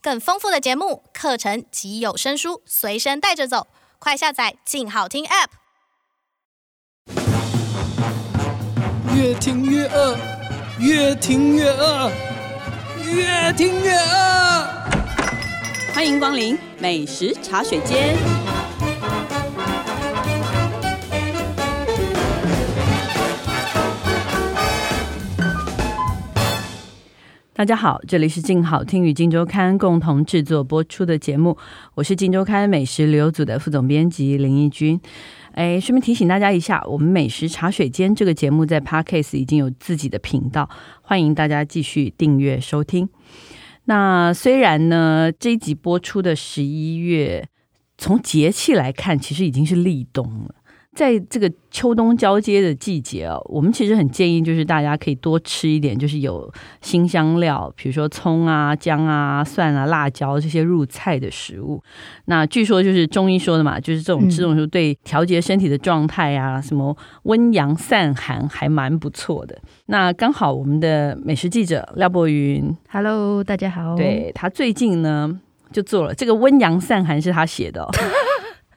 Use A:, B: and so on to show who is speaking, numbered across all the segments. A: 更丰富的节目、课程及有声书随身带着走，快下载“静好听 ”App。
B: 越听越饿，越听越饿，越听越饿。
C: 欢迎光临美食茶水间。大家好，这里是静好听与静周刊共同制作播出的节目，我是静周刊美食旅游组的副总编辑林义君。哎，顺便提醒大家一下，我们美食茶水间这个节目在 Podcast 已经有自己的频道，欢迎大家继续订阅收听。那虽然呢，这一集播出的十一月，从节气来看，其实已经是立冬了。在这个秋冬交接的季节哦，我们其实很建议，就是大家可以多吃一点，就是有新香料，比如说葱啊、姜啊、蒜啊、辣椒这些入菜的食物。那据说就是中医说的嘛，就是这种
D: 嗯
C: 吃这种食物对调节身体的状态啊，什么温阳散寒还蛮不错的。那刚好我们的美食记者廖博云
D: Hello，大家好。
C: 对他最近呢就做了这个温阳散寒是他写的、哦，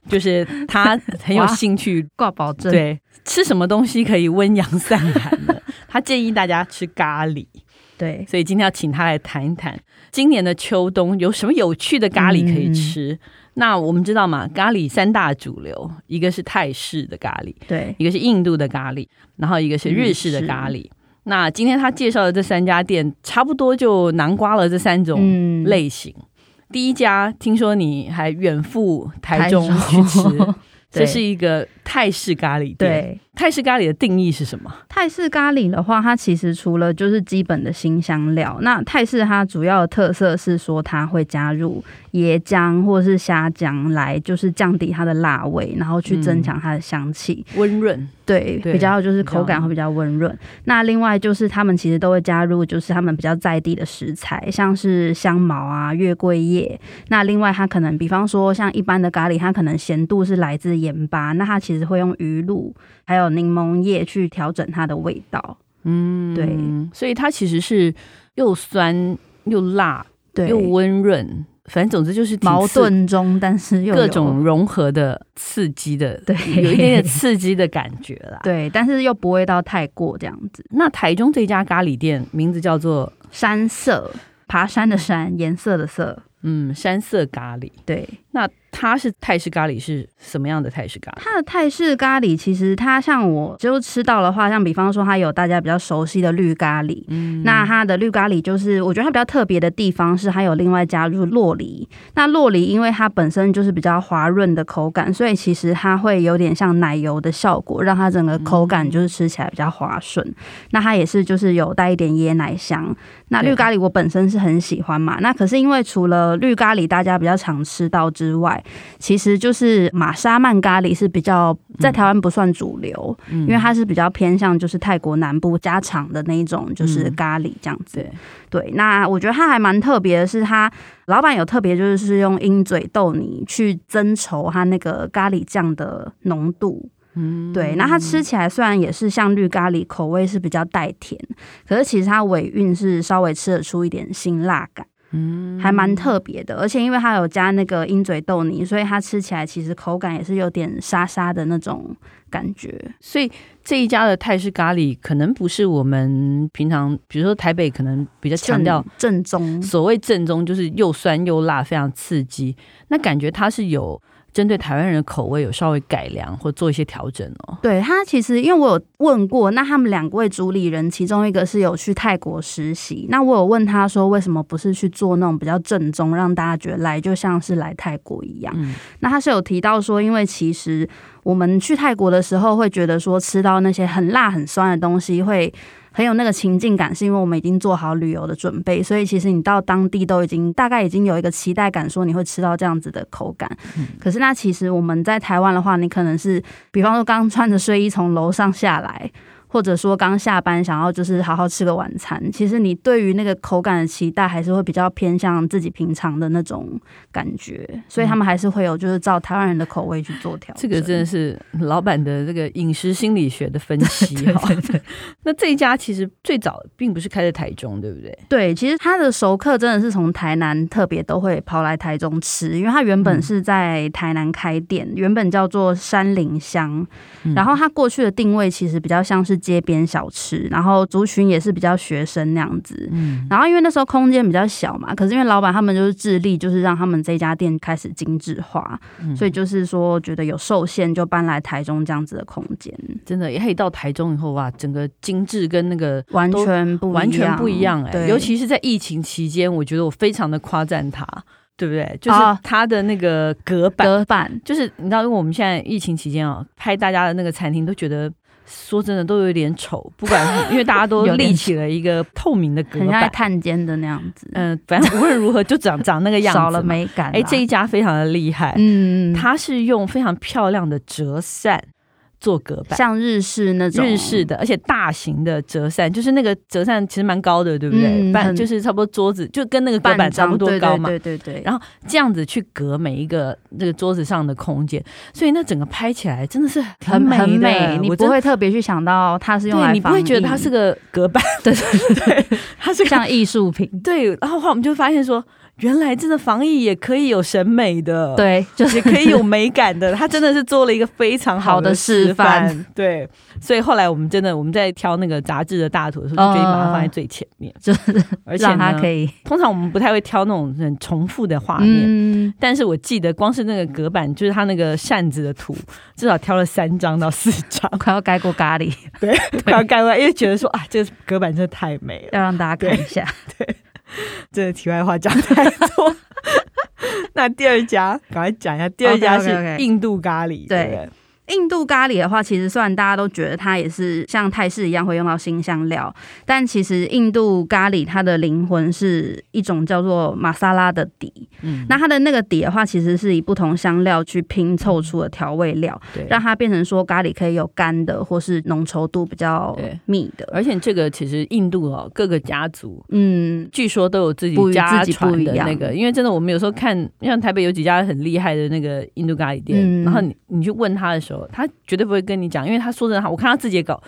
C: 就是他很有
D: 哇
C: 兴趣，
D: 挂保证。，
C: 对吃什么东西可以温阳散寒呢？他建议大家吃咖喱，
D: 对，
C: 所以今天要请他来谈一谈今年的秋冬有什么有趣的咖喱可以
D: 嗯
C: 吃。那我们知道嘛，咖喱三大主流，一个是泰式的咖喱，
D: 对，
C: 一个是印度的咖喱，然后一个是
D: 嗯
C: 日式的咖喱。那今天他介绍的这三家店，差不多就囊括了这三种
D: 嗯，
C: 类型。第一家听说你还远赴台
D: 台
C: 中去吃，这
D: 对
C: 是一个泰式咖喱店。
D: 对。
C: 泰式咖喱的定义是什么？
D: 泰式咖喱的话，它其实除了就是基本的新香料，那泰式它主要的特色是说它会加入椰浆或是虾浆来，就是降低它的辣味，然后去
C: 嗯
D: 增强它的香气。
C: 温润，
D: 对，
C: 对
D: 比较就是口
C: 比较
D: 感会比较温润。那另外就是他们其实都会加入就是他们比较在地的食材，像是香茅啊、月桂叶。那另外它可能比方说像一般的咖喱，它可能咸度是来自盐巴，那它其实会用鱼露还有柠檬叶去调整它的味道。
C: 嗯，
D: 对
C: 所以它其实是又酸又辣
D: 对，
C: 又温润，反正总之就是挺
D: 矛
C: 刺
D: 盾中，但是又有
C: 各种融合的刺激的，
D: 对
C: 有一点点刺激的感觉啦。，
D: 对，但是又不会到太过这样子。
C: 那台中这家咖喱店名字叫做
D: 山色，爬山的山，颜色的色，
C: 嗯山色咖喱，
D: 对。
C: 那它是泰式咖喱是什么样的泰式咖喱？
D: 它的泰式咖喱其实它像我就吃到的话，像比方说它有大家比较熟悉的绿咖喱，
C: 嗯
D: 那它的绿咖喱就是我觉得它比较特别的地方是它有另外加入洛梨。那洛梨因为它本身就是比较滑润的口感，所以其实它会有点像奶油的效果，让它整个口感就是吃起来比较滑顺。那它也是就是有带一点椰奶香。那绿咖喱我本身是很喜欢嘛，那可是因为除了绿咖喱大家比较常吃到之外，其实就是玛莎曼咖喱是比较在台湾不算主流，
C: 因
D: 因为它是比较偏向就是泰国南部家常的那一种，就是
C: 嗯
D: 咖喱这样子。
C: 对，
D: 对，那我觉得它还蛮特别的是，它老板有特别就是用鹰嘴豆泥去增稠它那个咖喱酱的浓度。
C: 嗯
D: 对，那它吃起来虽然也是像绿咖喱，口味是比较带甜，可是其实它尾韵是稍微吃得出一点辛辣感，
C: 嗯
D: 还蛮特别的。而且因为它有加那个鹰嘴豆泥，所以它吃起来其实口感也是有点沙沙的那种感觉。
C: 所以这一家的泰式咖喱可能不是我们平常，比如说台北可能比较强调
D: 正正宗，
C: 所谓正宗，就是又酸又辣，非常刺激。那感觉它是有针对台湾人的口味有稍微改良或做一些调整哦。
D: 对他其实，因为我有问过，那他们两位主理人，其中一个是有去泰国实习，那我有问他说，为什么不是去做那种比较正宗，让大家觉得来就像是来泰国一样？
C: 嗯
D: 那他是有提到说，因为其实我们去泰国的时候，会觉得说吃到那些很辣很酸的东西会。很有那个情境感，是因为我们已经做好旅游的准备，所以其实你到当地都已经大概已经有一个期待感，说你会吃到这样子的口感。可是那其实我们在台湾的话，你可能是比方说刚穿着睡衣从楼上下来，或者说刚下班想要就是好好吃个晚餐，其实你对于那个口感的期待还是会比较偏向自己平常的那种感觉，所以他们还是会有就是照台湾人的口味去做调整。
C: 这个真的是老板的这个饮食心理学的分析 哈。那这一家其实最早并不是开在台中，对不对？
D: 对，其实他的熟客真的是从台南特别都会跑来台中吃，因为他原
C: 嗯
D: 本是在台南开店，原本叫做山林香，
C: 嗯
D: 然后他过去的定位其实比较像是街边小吃，然后族群也是比较学生那样子。
C: 嗯，
D: 然后因为那时候空间比较小嘛，可是因为老板他们就是致力就是让他们这家店开始精致化，
C: 嗯
D: 所以就是说觉得有受限就搬来台中这样子的空间，
C: 真的，也可以到台中以后哇，整个精致跟那个
D: 完全不一样
C: 完全不一样哎、
D: 对
C: 尤其是在疫情期间，我觉得我非常的夸赞他，对不对？就是
D: 啊
C: 他的那个隔板，
D: 隔板
C: 就是你知道，因为我们现在疫情期间啊，拍大家的那个餐厅都觉得。说真的，都有点丑，不管是因为大家都
D: 有点
C: 立起了一个透明的隔
D: 很像在
C: 板，
D: 探监的那样子，
C: 嗯、反正无论如何就长长那个样子嘛。
D: 少了美感啦。
C: 哎、这一家非常的厉害，
D: 嗯，嗯嗯
C: 它是用非常漂亮的折扇做隔板，
D: 像日式那种
C: 日式的，而且大型的折扇，就是那个折扇其实蛮高的，对不对？
D: 嗯
C: 半、
D: 很
C: 就是差不多桌子就跟那个隔
D: 半
C: 板差
D: 张
C: 不多
D: 对
C: 高嘛，
D: 对对对对
C: 然这样子去隔每一个那个桌子上的空间，所以那整个拍起来真的是
D: 很
C: 美的
D: 很美，你
C: 我
D: 不
C: 真的
D: 会特别去想到它是用来
C: 对
D: 防疫，
C: 你不会觉得它 是个隔板，对对对，它是个
D: 像艺术品，
C: 对。然后后来我们就发现说，原来真的防疫也可以有审美的，。
D: 对，就
C: 也
D: 是
C: 可以有美感的，他真的是做了一个非常的示
D: 好的
C: 范。对，所以后来我们真的我们在挑那个杂志的大图的时候，就决定把它放在最前面，
D: 哦就是
C: 而且
D: 让它
C: 呢，
D: 可以
C: 通常我们不太会挑那种很重复的画面。
D: 嗯，
C: 但是我记得，光是那个隔板，就是它那个扇子的图，至少挑了三张到四张，
D: 快要盖过咖喱，
C: 快要盖完，因为觉得说啊，这个隔板真的太美了。
D: 要让大家看一下。
C: 这个题外话讲太多。 那第二家，赶快讲一下，第二家是
D: OK，OK，OK
C: 印度咖喱，对不
D: 对 印度咖喱的话，其实虽然大家都觉得它也是像泰式一样会用到新香料，但其实印度咖喱它的灵魂是一种叫做玛莎拉的底。
C: 嗯
D: 那它的那个底的话，其实是以不同香料去拼凑出的调味料，
C: 对
D: 让它变成说咖喱可以有干的，或是浓稠度比较
C: 对
D: 密的。
C: 而且这个其实印度哦，各个家族
D: 嗯，
C: 据说都有自己
D: 不一
C: 家
D: 自己
C: 传
D: 不一
C: 的
D: 样嗯
C: 那个，因为真的我们有时候看，像台北有几家很厉害的那个印度咖喱店，
D: 嗯
C: 然后你你去问他的时候，他绝对不会跟你讲，因为他说真的，他我看他自己也搞，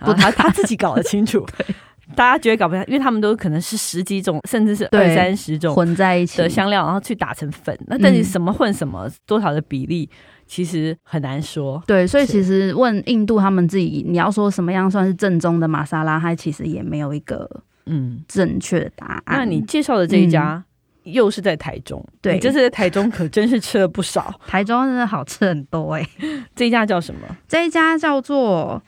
C: 不他他自己搞得清 楚， 大家绝对搞不太，因为他们都可能是十几种，甚至是
D: 对
C: 二三十种
D: 混在一起
C: 的。香料，然后去打成粉，那但是
D: 嗯
C: 什么混什么多少的比例，其实很难说。
D: 对，所以
C: 是
D: 其实问印度他们自己，你要说什么样算是正宗的玛莎拉，它其实也没有一个
C: 嗯，
D: 正确的答案。
C: 那你介绍的这一家。又是在台中，
D: 啊嗯对
C: 你这次在台中可真是吃了不少。
D: 台中真的好吃很多哎、
C: 这一家叫什么？
D: 这一家叫做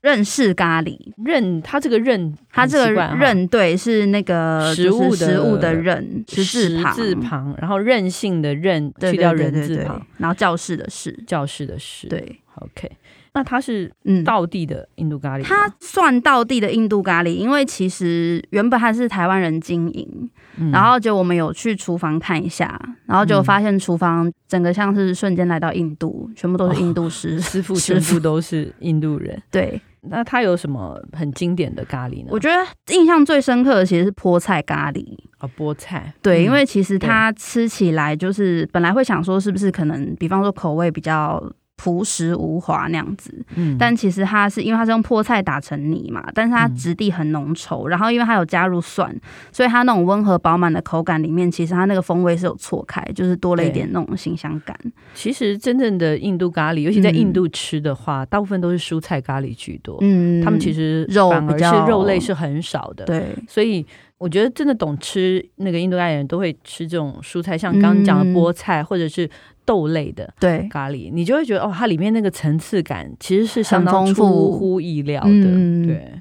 D: 认识咖喱，
C: 认，它这个认，
D: 它这
C: 很奇
D: 个
C: 怪哈
D: 认对是那个
C: 食物的
D: 就是食物的认，十字旁，
C: 十字旁，然后任性的任
D: 对
C: 去
D: 对
C: 掉
D: 对
C: 人
D: 对
C: 字
D: 对
C: 旁，，
D: 然后教室的室，
C: 教室的室。
D: 对，
C: ，OK，那它是
D: 嗯。
C: 道地的印度咖喱吗，
D: 它算道地的印度咖喱，因为其实原本它是台湾人经营，
C: 嗯
D: 然后就我们有去厨房看一下，然后就发现厨房整个像是瞬间来到印度，全部都
C: 哦
D: 是印度 师。
C: 师傅
D: 师
C: 全部都是印度人。
D: 对，
C: 那它有什么很经典的咖喱呢？
D: 我觉得印象最深刻的其实是菠菜咖喱，
C: 啊，菠菜。
D: 对，
C: 嗯
D: 因为其实它吃起来就是本来会想说是不是可能，比方说口味比较朴实无华那样子，
C: 嗯
D: 但其实它是因为它是用菠菜打成泥嘛，但是它
C: 嗯
D: 质地很浓稠，然后因为它有加入蒜，所以它那种温和饱满的口感里面，其实它那个风味是有错开，就是多了一
C: 对
D: 点那种新香感。
C: 其实真正的印度咖喱，尤其在印
D: 嗯
C: 度吃的话，大部分都是蔬菜咖喱居多。
D: 嗯，
C: 他们其实
D: 肉
C: 反而
D: 比较
C: 是肉类是很少的。
D: 嗯对
C: 所以我觉得真的懂吃那个印度咖喱人都会吃这种蔬菜，像刚刚讲的
D: 嗯
C: 菠菜或者是豆类的
D: 对，
C: 咖喱，你就会觉得哦，它里面那个层次感其实是相当
D: 很丰
C: 出
D: 富
C: 乎意料的。
D: 嗯
C: 对，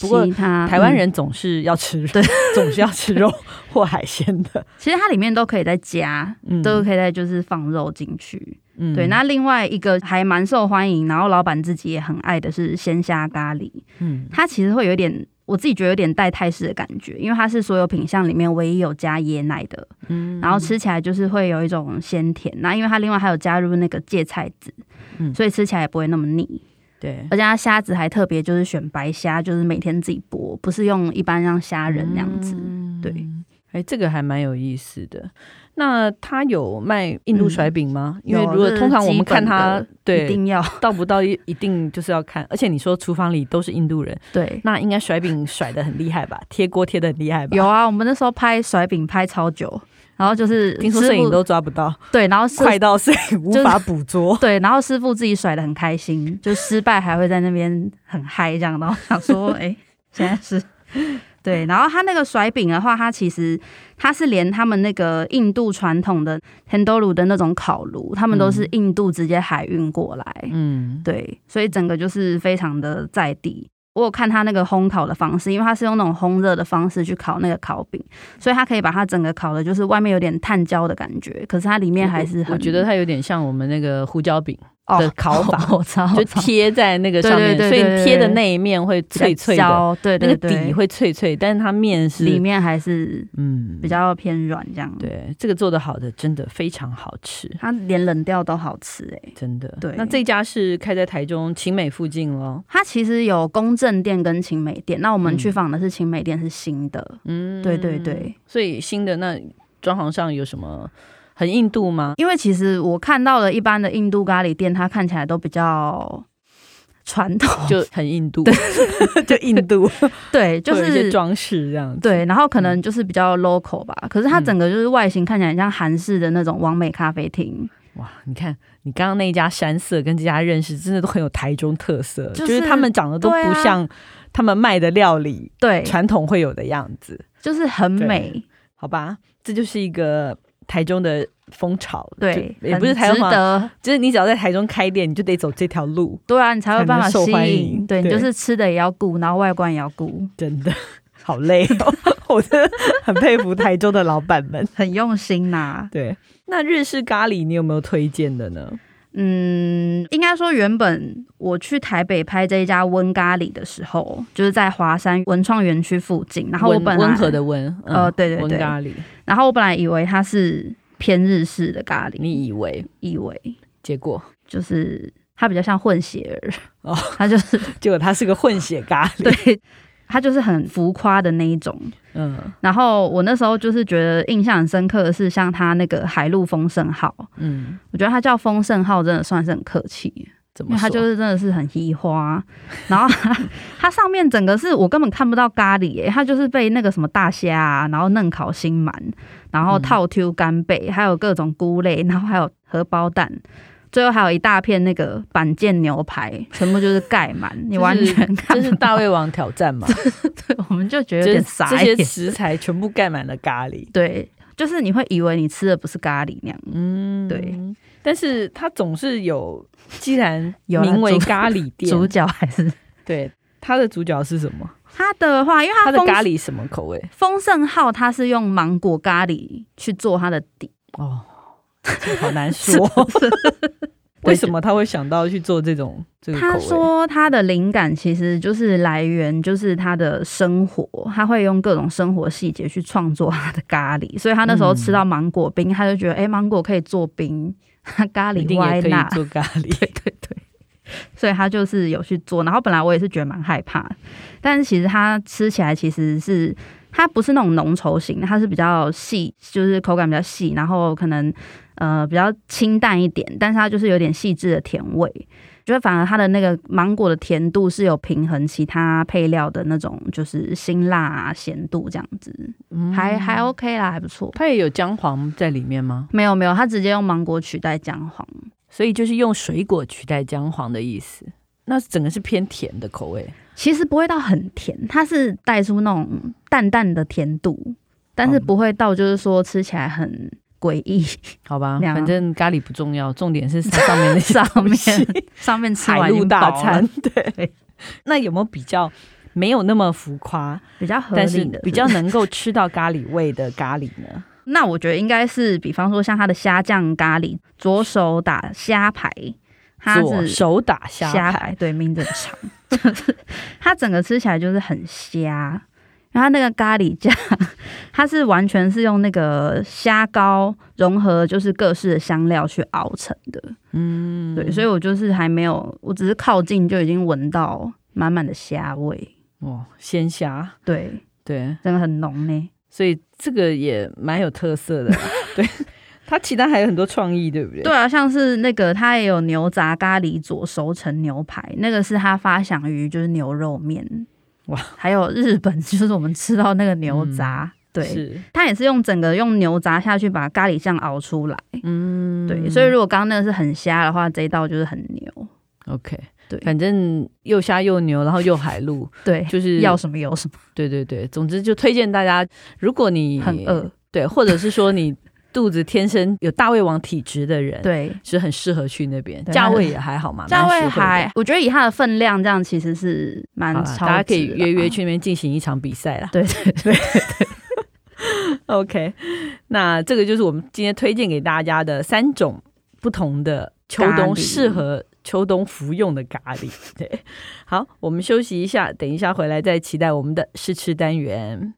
C: 不过
D: 其他
C: 台湾、
D: 嗯
C: 人总是要吃，
D: 对，
C: 总是要吃肉或海鲜的。
D: 其实它里面都可以再加，
C: 嗯
D: 都可以再就是放肉进去。
C: 嗯
D: 对，那另外一个还蛮受欢迎，然后老板自己也很爱的是鲜虾咖喱，
C: 嗯
D: 它其实会有点，我自己觉得有点带泰式的感觉，因为它是所有品相里面唯一有加椰奶的，
C: 嗯
D: 然后吃起来就是会有一种鲜甜。那因为它另外还有加入那个芥菜籽
C: 嗯，
D: 所以吃起来也不会那么腻。
C: 对
D: 而且它虾子还特别就是选白虾，就是每天自己剥，不是用一般像虾仁那样子。对，
C: 哎，这个还蛮有意思的。那他有卖印度甩饼吗？因为
D: 嗯有
C: 如果
D: 这是
C: 通常我们
D: 基本
C: 看他
D: 的一
C: 对
D: 定 要
C: 到不到一一定就是要看，而且你说厨房里都是印度人，
D: 对。
C: 那应该甩饼甩的很厉害吧？贴锅贴的很厉害吧？
D: 有啊，我们那时候拍甩饼拍超久，然后就是
C: 听说
D: 师
C: 摄
D: 傅
C: 影都抓不到，
D: 对，然后师
C: 快到摄影无
D: 就是
C: 法捕捉。
D: 对，然后师傅自己甩的很开心，就失败还会在那边很嗨这样，然后想 说，哎、现在是。对，然后他那个甩饼的话，它其实它是连他们那个印度传统的 tandoori 的那种烤炉，他们都是
C: 嗯
D: 印度直接海运过来，
C: 嗯，
D: 对，所以整个就是非常的在地。我有看他那个烘烤的方式，因为他是用那种烘热的方式去烤那个烤饼，所以他可以把它整个烤的，就是外面有点炭焦的感觉，可是它里面还是很
C: 我觉得它有点像我们那个胡椒饼，
D: 哦
C: 的嗯烤法
D: 我操，
C: 就
D: 我操
C: 贴在那个上面，
D: 对对
C: 所
D: 对
C: 以
D: 对
C: 贴的那一面会脆脆
D: 比较
C: 的，
D: 焦，对
C: 那个
D: 对对，
C: 底会脆脆，但是它面是
D: 里面还是
C: 嗯
D: 比较偏软这样。，
C: 对，这个做的好的真的非常好吃，
D: 它连冷掉都好吃哎、
C: 真的。
D: 对
C: 那这家是开在台中晴美附近咯。
D: 它其实有公正店跟晴美店，那我们
C: 嗯
D: 去访的是晴美店是新的，
C: 嗯，
D: 对对对。
C: 所以新的那装潢上有什么很印度吗？
D: 因为其实我看到了一般的印度咖喱店，它看起来都比较传统，
C: 就很印度，就印 度，
D: 对，就
C: 会有一些
D: 是
C: 装饰这嗯样子。
D: 对，然后可能就是比较 local 吧。可是它整个就是外形看起来很像韩式的那种完美咖啡厅，
C: 哇，你看你刚刚那一家山色跟这家认识，真的都很有台中特色，就、
D: 就是是
C: 他们长得都
D: 对
C: 不
D: 啊
C: 像他们卖的料理、
D: 对，
C: 传统会有的样子，
D: 就是很
C: 对
D: 美，
C: 好吧？这就是一个台中的风潮，
D: 对，
C: 就也
D: 很
C: 不是台中
D: 值
C: 风潮
D: 得
C: 就是你只要在台中开店，你就得走这条路，
D: 对啊，你才
C: 才
D: 有办
C: 能
D: 法
C: 受
D: 吸
C: 欢迎
D: 引。对你
C: 对
D: 就是吃的也要顾，然后外观也要顾，
C: 真的 好累 哦，我真的很佩服台中的老板们。
D: 很用心呐、
C: 对，那日式咖喱你有没有推荐的呢？
D: 嗯，应该说原本我去台北拍这一家温咖喱的时候，就是在华山文创园区附近，然后我
C: 温
D: 本来
C: 温和的温，嗯
D: 呃对对对
C: 温咖喱，
D: 然后我本来以为它是偏日式的咖喱，
C: 你以为
D: 以为
C: 结果
D: 就是它比较像混血儿，
C: 哦
D: 它就是
C: 结果它是个混血咖喱，
D: 对。它就是很浮夸的那一种，
C: 嗯
D: 然后我那时候就是觉得印象很深刻的是，像它那个海陆丰盛号，
C: 嗯，
D: 我觉得他叫丰盛号真的算是很客气，
C: 怎
D: 因为
C: 么
D: 他
C: 说？
D: 就是真的是很移花，然后它它上面整个是我根本看不到咖喱耶、它就是被那个什么大虾、啊，然后嫩烤新鳗，然
C: 嗯
D: 后套 Q 干贝，还有各种菇类，然后还有荷包蛋。最后还有一大片那个板腱牛排，全部就是盖满，你完全看
C: 这
D: 不
C: 是大胃王挑战嘛？
D: 对，我们就觉得
C: 就
D: 有
C: 是
D: 点傻
C: 这
D: 眼
C: 些。食材全部盖满了咖喱，
D: 对，就是你会以为你吃的不是咖喱那样。
C: 嗯，
D: 对。
C: 但是它总是有，既然
D: 有啦
C: 名为
D: 主
C: 咖喱店，
D: 主角 还是
C: 对，它的主角是什么？
D: 他的话，因为
C: 它
D: 他
C: 的咖喱什么口味？
D: 丰盛号它是用芒果咖喱去做它的底，
C: 哦，这好难说。 为什么他会想到去做这种这个嗯口味？
D: 他说他的灵感其实就是来源就是他的生活，他会用各种生活细节去创作他的咖喱，所以他那时候吃
C: 嗯
D: 到芒果冰，他就觉得哎、诶芒果可以做冰，咖
C: 一
D: 喱
C: 定也
D: 歪
C: 可以
D: 那，
C: 做咖 喱。
D: 所以他就是有去做。然后本来我也是觉得蛮害怕的，但是其实它吃起来其实是它不是那种浓稠型，它是比较细，就是口感比较细，然后可能呃比较清淡一点，但是它就是有点细致的甜味。觉得反而它的那个芒果的甜度是有平衡其他配料的那种，就是辛辣、啊、咸度这样子，还还 OK 啦，还不错。
C: 它也有姜黄在里面吗？
D: 没有没有，它直接用芒果取代姜黄。
C: 所以就是用水果取代姜黄的意思。那整个是偏甜的口味，
D: 其实不会到很甜，它是带出那种淡淡的甜度，但是不会到就是说吃起来很诡异。
C: 好吧？
D: 凉啊
C: 反正咖喱不重要，重点是它 上面那些
D: 上
C: 东西
D: 面 上面 吃
C: 海
D: 完已
C: 陆
D: 经
C: 大
D: 饱了
C: 餐。对，那有没有比较没有那么浮夸，
D: 比较合
C: 但是
D: 理的，
C: 比较。能够吃到咖喱味的咖喱呢？
D: 那我觉得应该是，比方说像它的虾酱咖喱，左手打虾排，它
C: 做
D: 是
C: 手打虾
D: 虾
C: 排
D: 排，对，名字很长， 就是它整个吃起来就是很虾。然后它那个咖喱酱，它是完全是用那个虾膏融合，就是各式的香料去熬成的，嗯，对，所以我就是还没有，我只是靠近就已经闻到满满的虾味，
C: 哦，鲜虾，
D: 对，
C: 对，
D: 真的很浓欸呢。
C: 所以这个也蛮有特色 的，对。它其他还有很多创意，对不对？
D: 对啊，像是那个它也有牛杂咖喱佐熟成牛排，那个是它发祥于就是牛肉面，
C: 哇，嗯
D: 还有日本 就是我们吃到那个牛杂，对，
C: 是，
D: 它也是用整个用牛杂下去把咖喱酱熬出来，
C: 嗯，
D: 对，所以如果刚刚那个是很虾的话，这一道就是很牛，
C: OK，
D: 对
C: 反正又虾又牛，然后又海 陆，
D: 对，
C: 就是
D: 要什么有什么，
C: 对对对，总之就推荐大家，如果你
D: 很饿，
C: 对，或者是说你肚子天生有大胃王体质的人，，
D: 对，
C: 是很适合去那边，
D: 对
C: 价位也还好嘛，
D: 价
C: 蛮
D: 位
C: 实惠的
D: 还，我觉得以它的分量，这样其实是蛮
C: 好啦
D: 超值的嗯
C: 大家可以约约
D: 啦。
C: 去那边进行一场比赛啦。
D: 对 对对，
C: OK，那这个就是我们今天推荐给大家的三种不同的秋
D: 咖
C: 冬
D: 喱
C: 适合秋冬服用的咖喱。对，好，我们休息一下，等一下回来再期待我们的试吃单元。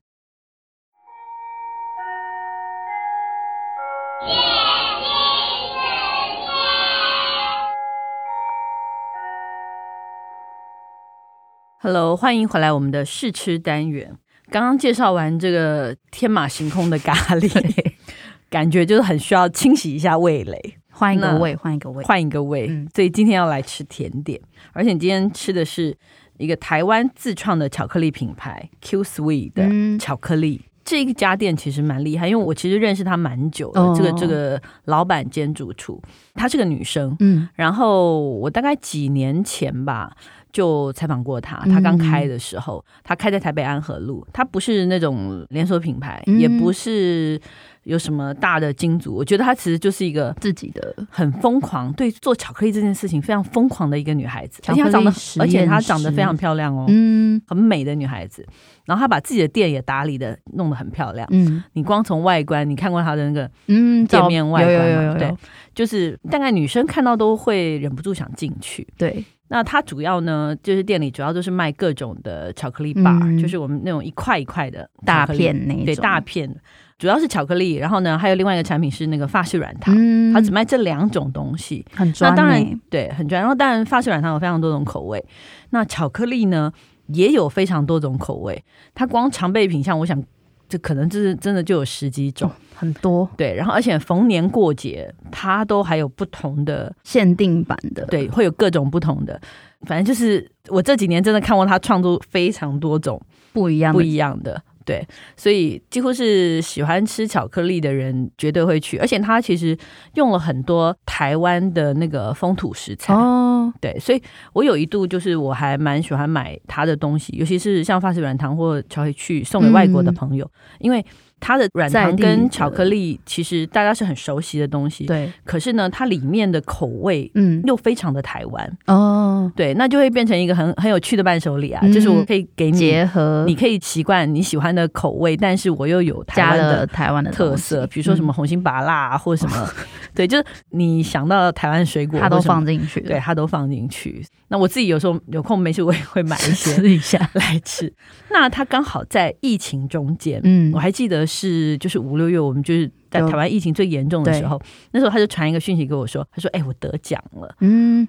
C: Hello，欢迎回来我们的试吃单元。刚刚介绍完这个天马行空的咖 喱，感觉就是很需要清洗一下味蕾，
D: 换一
C: 那
D: 个胃，换一个胃，
C: 换一个味。
D: 嗯
C: 所以今天要来吃甜点，而且你今天吃的是一个台湾自创的巧克力品牌 Q Sweet 的
D: 嗯，
C: 巧克力。这一家店其实蛮厉害，因为我其实认识他蛮久的。
D: 哦
C: 这个这个老板兼主厨，她是个女生。
D: 嗯，
C: 然后我大概几年前吧，就采访过她。
D: 嗯
C: 她刚开的时候，她开在台北安和路。她不是那种连锁品牌，
D: 嗯
C: 也不是有什么大的金主。我觉得她其实就是一个
D: 自己的
C: 很疯狂，对做巧克力这件事情非常疯狂的一个女孩子。
D: 巧
C: 而且
D: 克力
C: 她长得
D: 实，验
C: 而且她长得
D: 师
C: 非常漂亮哦。
D: 嗯
C: 很美的女孩子，然后她把自己的店也打理的弄得很漂亮。
D: 嗯
C: 你光从外观，你看过她的那个，
D: 嗯，
C: 店
D: 照
C: 面外
D: 有有
C: 观
D: 有
C: 嘛
D: 有有
C: 对就是大概女生看到都会忍不住想进去。
D: 对，
C: 那它主要呢，就是店里主要就是卖各种的巧克力
D: 嗯
C: bar，、就是我们那种一块一块的
D: 大
C: 巧克力
D: 片那一种，
C: 对大片，主要是巧克力。然后呢，还有另外一个产品是那个法式软糖，
D: 嗯，
C: 它只卖这两种东西。
D: 很
C: 那
D: 专，
C: 当然，对很专，然后当然法式软糖有非常多种口味，那巧克力呢也有非常多种口味，它光常备品像我想。这可能就是真的就有十几种，
D: 很多
C: 对，然后而且逢年过节，它都还有不同的，
D: 限定版的，
C: 对，会有各种不同的，反正就是我这几年真的看过他创作非常多种
D: 不一样的
C: 不一样的，对，所以几乎是喜欢吃巧克力的人绝对会去，而且他其实用了很多台湾的那个风土食材，
D: 哦，
C: 对，所以我有一度就是我还蛮喜欢买他的东西，尤其是像法式软糖或巧克力去送给外国的朋友，因为它的软
D: 嗯在
C: 糖
D: 地
C: 跟
D: 的
C: 巧克力其实大家是很熟悉的东西，
D: 对，
C: 可是呢，它里面的口味
D: 嗯
C: 又非常的台湾，
D: 哦，
C: 对，那就会变成一个很很有趣的伴手礼啊，
D: 嗯
C: 就是我可以给你，
D: 结合
C: 你可以习惯你喜欢的口味，但是我又有台
D: 加
C: 湾
D: 了
C: 的。
D: 台湾的
C: 特
D: 东
C: 色，
D: 西
C: 比如说什么
D: 嗯
C: 红心芭辣啊，或者什么， 对，就是你想到台湾水果，
D: 它
C: 或
D: 嗯都
C: 什么
D: 放进去了，
C: 对，它都放进去。那我自己有时候有空没事，我也会买一些
D: 吃一下，
C: 来吃。那它刚好在疫情中间，
D: 嗯
C: 我，还记得是就是五六月，我们就是在
D: 有
C: 台湾疫情最严重的
D: 对
C: 时候，那时候他就传一个讯息给我说，他说：“哎、我得奖了。
D: 嗯，”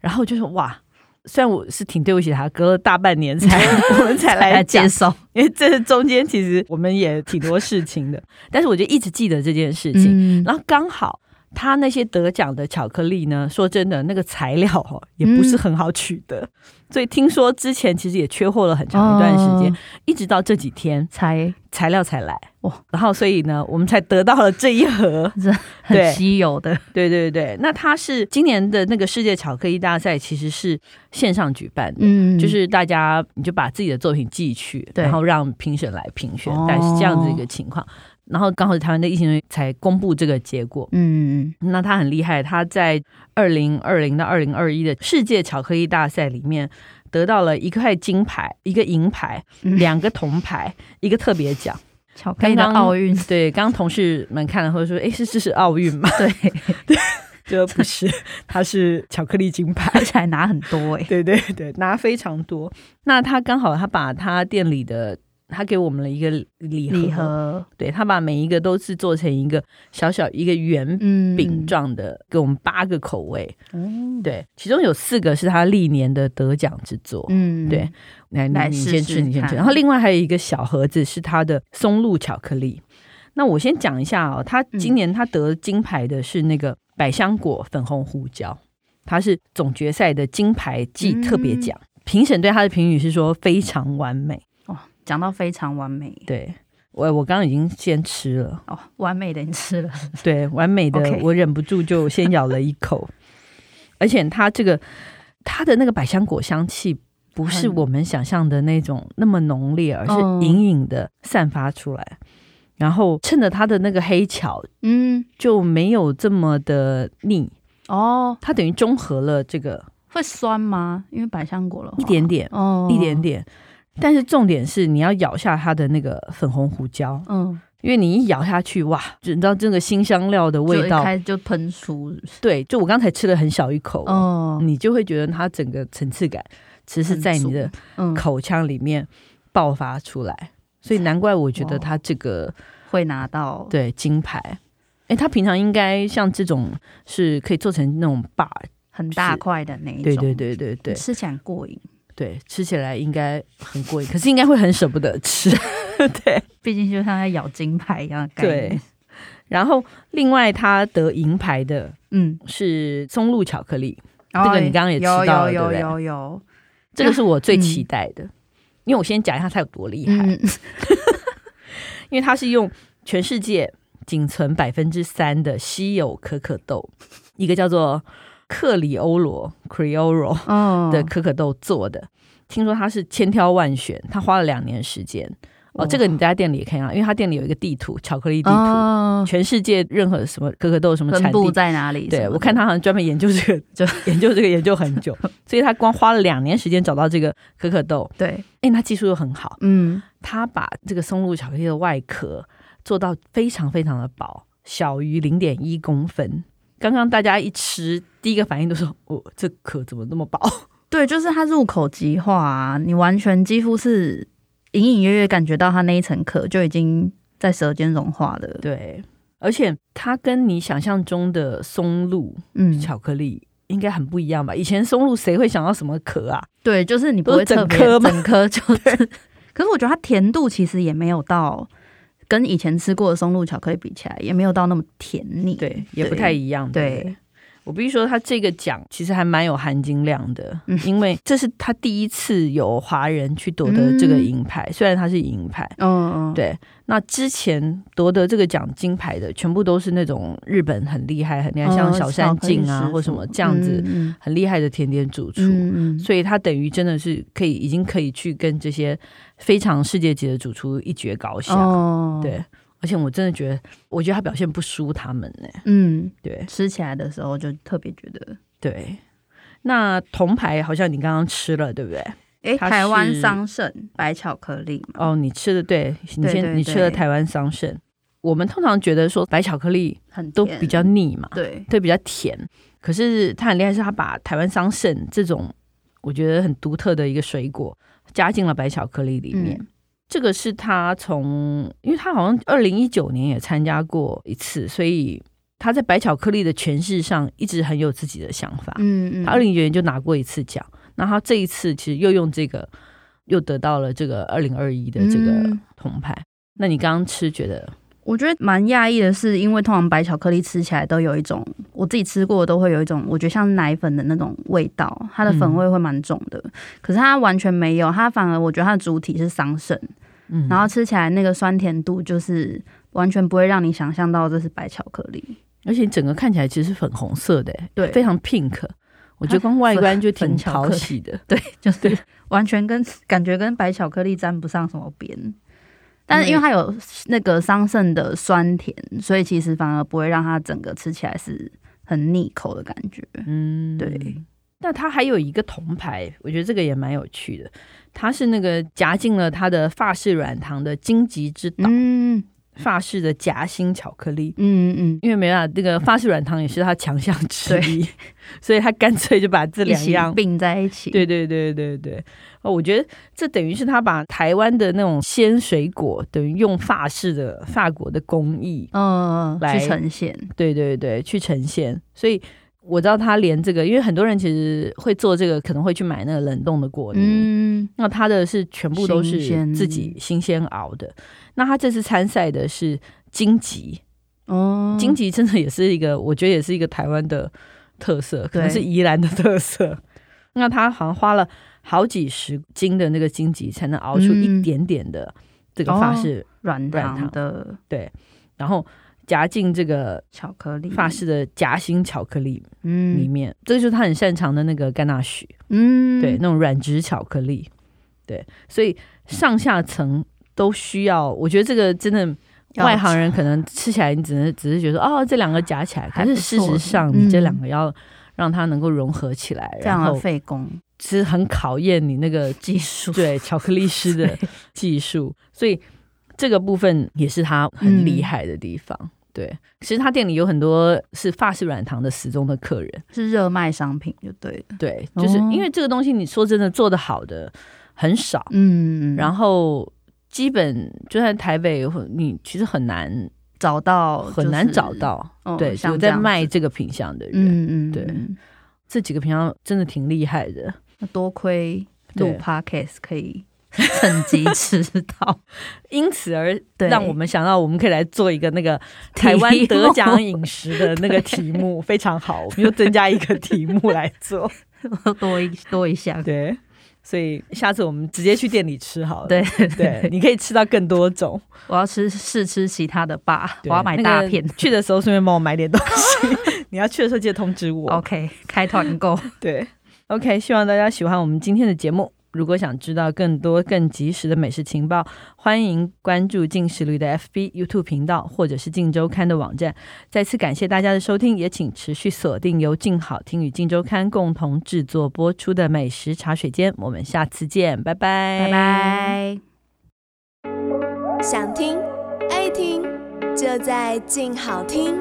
C: 然后我就说：“哇。”虽然我是挺对不起他，隔了大半年 才我们才来
D: 来
C: 讲
D: 介，绍，
C: 因为这中间其实我们也挺多事情的，但是我就一直记得这件事情。
D: 嗯，
C: 然后刚好他那些得奖的巧克力呢，说真的，那个材料哦也不是很好取得，
D: 嗯
C: 所以听说之前其实也缺货了很长一段时间，
D: 哦
C: 一直到这几天
D: 才
C: 材料才来
D: 哇。
C: 然后所以呢，我们才得到了这一盒。 对
D: 很稀有 的，
C: 对对对，那它是今年的那个世界巧克力大赛，其实是线上举办的。
D: 嗯
C: 就是大家，你就把自己的作品寄去，
D: 对
C: 然后让评审来评选
D: 哦，
C: 但是这样子一个情况。然后刚好台湾的疫情才公布这个结果，
D: 嗯，
C: 那他很厉害，他在二零二零到二零二一的世界巧克力大赛里面得到了一块金牌、一个银牌、
D: 嗯
C: 两个铜牌、一个特别奖。
D: 巧克力的
C: 刚刚
D: 奥运，
C: 对，刚刚同事们看了会说：“哎诶，是这是奥运吗？”
D: 对，
C: 这不是，它是巧克力金 牌。
D: 而且还拿很多哎、
C: 对对对，拿非常多。那他刚好他把他店里的他给我们了一个礼
D: 礼盒，
C: 对他把每一个都是做成一个小小一个圆
D: 嗯，哦
C: 饼状的，给我们八个口味，对，其中有四个是他历年的得奖之作，
D: 嗯，
C: 对，来，你
D: 来
C: 你
D: 试
C: 先
D: 试
C: 吃，你先吃。
D: 看
C: 然后另外还有一个小盒子是它的松露巧克力。那我先讲一下哦，它今
D: 嗯
C: 年它得金牌的是那个百香果粉红胡椒，它是总决赛的金牌暨特别
D: 嗯
C: 奖。评审对它的评语是说非常完美。
D: 讲到非常完美
C: 对我，我刚刚已经先吃了，
D: 哦，完美的你吃了，
C: 对，完美的
D: OK
C: 我忍不住就先咬了一 口，而且它这个它的那个百香果香气不是
D: 很
C: 我们想象的那种那么浓烈，而
D: 嗯
C: 是隐隐的散发出来，然后趁着它的那个黑巧
D: 嗯，
C: 就没有这么的腻，
D: 哦，
C: 它等于中和了这个
D: 会酸吗？因为百香果了，
C: 一点，点、
D: 哦，
C: 一点，点。但是重点是你要咬下它的那个粉红胡椒，
D: 嗯，
C: 因为你一咬下去，哇，就你知道这个新香料的味
D: 就一
C: 道，
D: 开始就喷出，是不是
C: 对，就我刚才吃了很小一口，
D: 哦，
C: 你就会觉得它整个层次感其嗯实是在你的
D: 嗯，
C: 口腔里面爆发出来，所以难怪我觉得它这个
D: 会拿到，
C: 对金牌。哎，它平常应该像这种是可以做成那种把，
D: 很大块的那一种，
C: 对对对对对
D: 吃起来很过瘾。
C: 对，吃起来应该很过瘾，可是应该会很舍不得吃。对，
D: 毕竟就像在咬金牌一样的概念
C: 对。然后另外它得银牌的
D: 嗯，
C: 是松露巧克力，
D: 然后
C: 这个你刚刚也吃到了对
D: 有有
C: 不对
D: 有有有，
C: 这个是我最
D: 嗯
C: 期待的，因为我先讲一下它有多厉害。
D: 嗯，
C: 因为它是用全世界仅存百分之三的稀有可可豆，一个叫做克里欧罗 （Creolo）
D: 哦
C: 的可可豆做的。听说它是千挑万选，他花了两年时间。哦，
D: 哇
C: 这个你在店里也可以啊，因为它店里有一个地图，巧克力地图，
D: 哦，
C: 全世界任何什么可可豆什么
D: 分
C: 产
D: 布
C: 地。
D: 在哪里？
C: 对，我看他好像专门研究这个，
D: 就
C: 就研究这个研究很 久，所以他光花了两年时间找到这个可可豆。
D: 对，
C: 哎，他技术又很好，
D: 嗯，
C: 他把这个松露巧克力的外壳做到非常非常的薄，小于零点一公分。刚刚大家一吃，第一个反应都说：“哦，这壳怎么那么薄
D: 对，就是它入口即化、啊，你完全几乎是隐隐约约感觉到它那一层壳就已经在舌尖融化了？”。
C: 对，而且它跟你想象中的松露
D: 嗯，
C: 巧克力应该很不一样吧？以前松露谁会想到什么壳啊？
D: 对，就是你不会特别
C: 都是整颗吗
D: 整颗就是。可是我觉得它甜度其实也没有到跟以前吃过的松露巧克力比起来，也没有到那么甜腻。
C: 对，也不太一样。
D: 对
C: 对不对我必须说，他这个奖其实还蛮有含金量的，
D: 嗯
C: 因为这是他第一次有华人去夺得这个
D: 嗯
C: 银牌，虽然他是银牌，
D: 嗯，嗯，
C: 对，那之前夺得这个奖金牌的，全部都是那种日本很厉害、很厉害，
D: 嗯
C: 像小山静
D: 巧克力师
C: 啊
D: 傅
C: 或什么这样子
D: 嗯
C: 很厉害的甜点主厨。
D: 嗯嗯，
C: 所以他等于真的是可以，已经可以去跟这些非常世界级的主厨一决高下。
D: 哦，，
C: 对，而且我真的觉得，我觉得他表现不输他们呢、
D: 嗯，
C: 对
D: 吃起来的时候就特别觉得，
C: 对，那铜牌好像你刚刚吃了，对不对？
D: 哎，
C: 它
D: 台湾
C: 是
D: 桑葚白巧克力嘛，
C: 哦，你吃的对，你
D: 对
C: 先
D: 对
C: 你吃了
D: 对
C: 台湾桑葚。我们通常觉得说白巧克力
D: 很
C: 都
D: 甜
C: 比较腻嘛，
D: 对，
C: 对，比较甜。可是它很厉害，是它把台湾桑葚这种我觉得很独特的一个水果加进了白巧克力里面。
D: 嗯
C: 这个是他从，因为他好像二零一九年也参加过一次，所以他在白巧克力的诠释上一直很有自己的想法。
D: 嗯嗯，
C: 他二零一九年就拿过一次奖，那他这一次其实又用这个，又得到了这个二零二一的这个
D: 嗯
C: 铜牌。那你刚刚吃觉得
D: 我觉得蛮讶异的是，因为通常白巧克力吃起来都有一种，我自己吃过都会有一种，我觉得像奶粉的那种味道，它的粉
C: 嗯
D: 味会蛮重的。可是它完全没有，它反而我觉得它的主体是桑葚，
C: 嗯，
D: 然后吃起来那个酸甜度就是完全不会让你想象到这是白巧克力。
C: 而且整个看起来其实是粉红色的，欸
D: 对
C: 非常 pink。我觉得光外观就挺
D: 粉巧克
C: 讨
D: 力
C: 喜的，
D: 对，就是完全跟感觉跟白巧克力沾不上什么边。但是因为它有那个桑葚的酸甜，所以其实反而不会让它整个吃起来是很腻口的感觉。
C: 嗯，
D: 对。
C: 那它还有一个铜牌，我觉得这个也蛮有趣的。它是那个夹进了它的法式软糖的荆棘之岛，
D: 嗯，
C: 法式的夹心巧克力。
D: 嗯嗯，
C: 因为没办法，那个法式软糖也是它强项之一， 所以他干脆就把这
D: 一
C: 两
D: 起
C: 样
D: 并在一起。
C: 对对对对对，哦，我觉得这等于是他把台湾的那种鲜水果，等于用法式的法国的工艺，
D: 嗯，
C: 来
D: 去呈现。
C: 对对对，去呈现。所以我知道他连这个，因为很多人其实会做这个，可能会去买那个冷冻的果泥。
D: 嗯，
C: 那他的是全部都是
D: 新鲜
C: 自己新鲜熬的。那他这次参赛的是荆棘，
D: 哦，
C: 荆棘真的也是一个，我觉得也是一个台湾的特色，可能
D: 对
C: 是宜兰的特色。 那他好像花了好几十斤的那个荆棘，才能熬出一
D: 嗯哦
C: 点点的这个法式，
D: 软
C: 软糖
D: 糖的
C: 然后夹进这个
D: 巧克力，
C: 法式的夹心巧克力里
D: 嗯
C: 面，这就是他很擅长的那个甘纳许，
D: 嗯，
C: 对，那种软质巧克力，对，所以上下层都需要。我觉得这个真的。
D: 要
C: 外行人可能吃起来，你只能只是觉得哦，这两个夹起来，可
D: 还
C: 是
D: 不
C: 事实
D: 错
C: 上，你这
D: 嗯
C: 两个要让它能够融合起来，
D: 这
C: 然
D: 样
C: 后
D: 的费工
C: 其实很考验你那个
D: 技术，
C: 对巧克力师的技术，所以这个部分也是他很
D: 嗯
C: 厉害的地方。对，其实他店里有很多是法式软糖的死忠的客人，
D: 是热卖商品就对了。
C: 对，就是
D: 哦
C: 因为这个东西，你说真的做得好的很少，
D: 嗯，
C: 然
D: 后
C: 后基本就在台北，或你其实很难
D: 找到
C: 很难找，到，
D: 就是哦
C: 对，
D: 像
C: 有
D: 这
C: 在
D: 样子
C: 卖这个品相的人，
D: 嗯嗯，
C: 对
D: 嗯
C: 这几个品相真的挺厉害的。
D: 那多亏录
C: 对
D: podcast 可以 趁机吃到，
C: 因此而
D: 对
C: 让我们想到，我们可以来做一个那 个台湾得奖饮食的那个题目，非常好，我们就增加一个题目来做。
D: 多一多一 项，
C: 对，所以下次我们直接去店里吃好了。
D: 对
C: 对，你可以吃到更多种。
D: 我要吃试吃其他的吧，
C: 对
D: 我要买大片。
C: 那个去的时候顺便帮我买点东西。 你要去的时候记得通知我。
D: OK，开团购，
C: 对，OK，希望大家喜欢我们今天的节目。如果想知道更多更及时的美食情报，欢迎关注进食旅的 FB、YouTube 频道，或者是静周刊的网站。再次感谢大家的收听，也请持续锁定由静好听与静周刊共同制作播出的美食茶水间。我们下次见，拜拜，
D: 拜拜。
E: 想听爱听，就在静好听。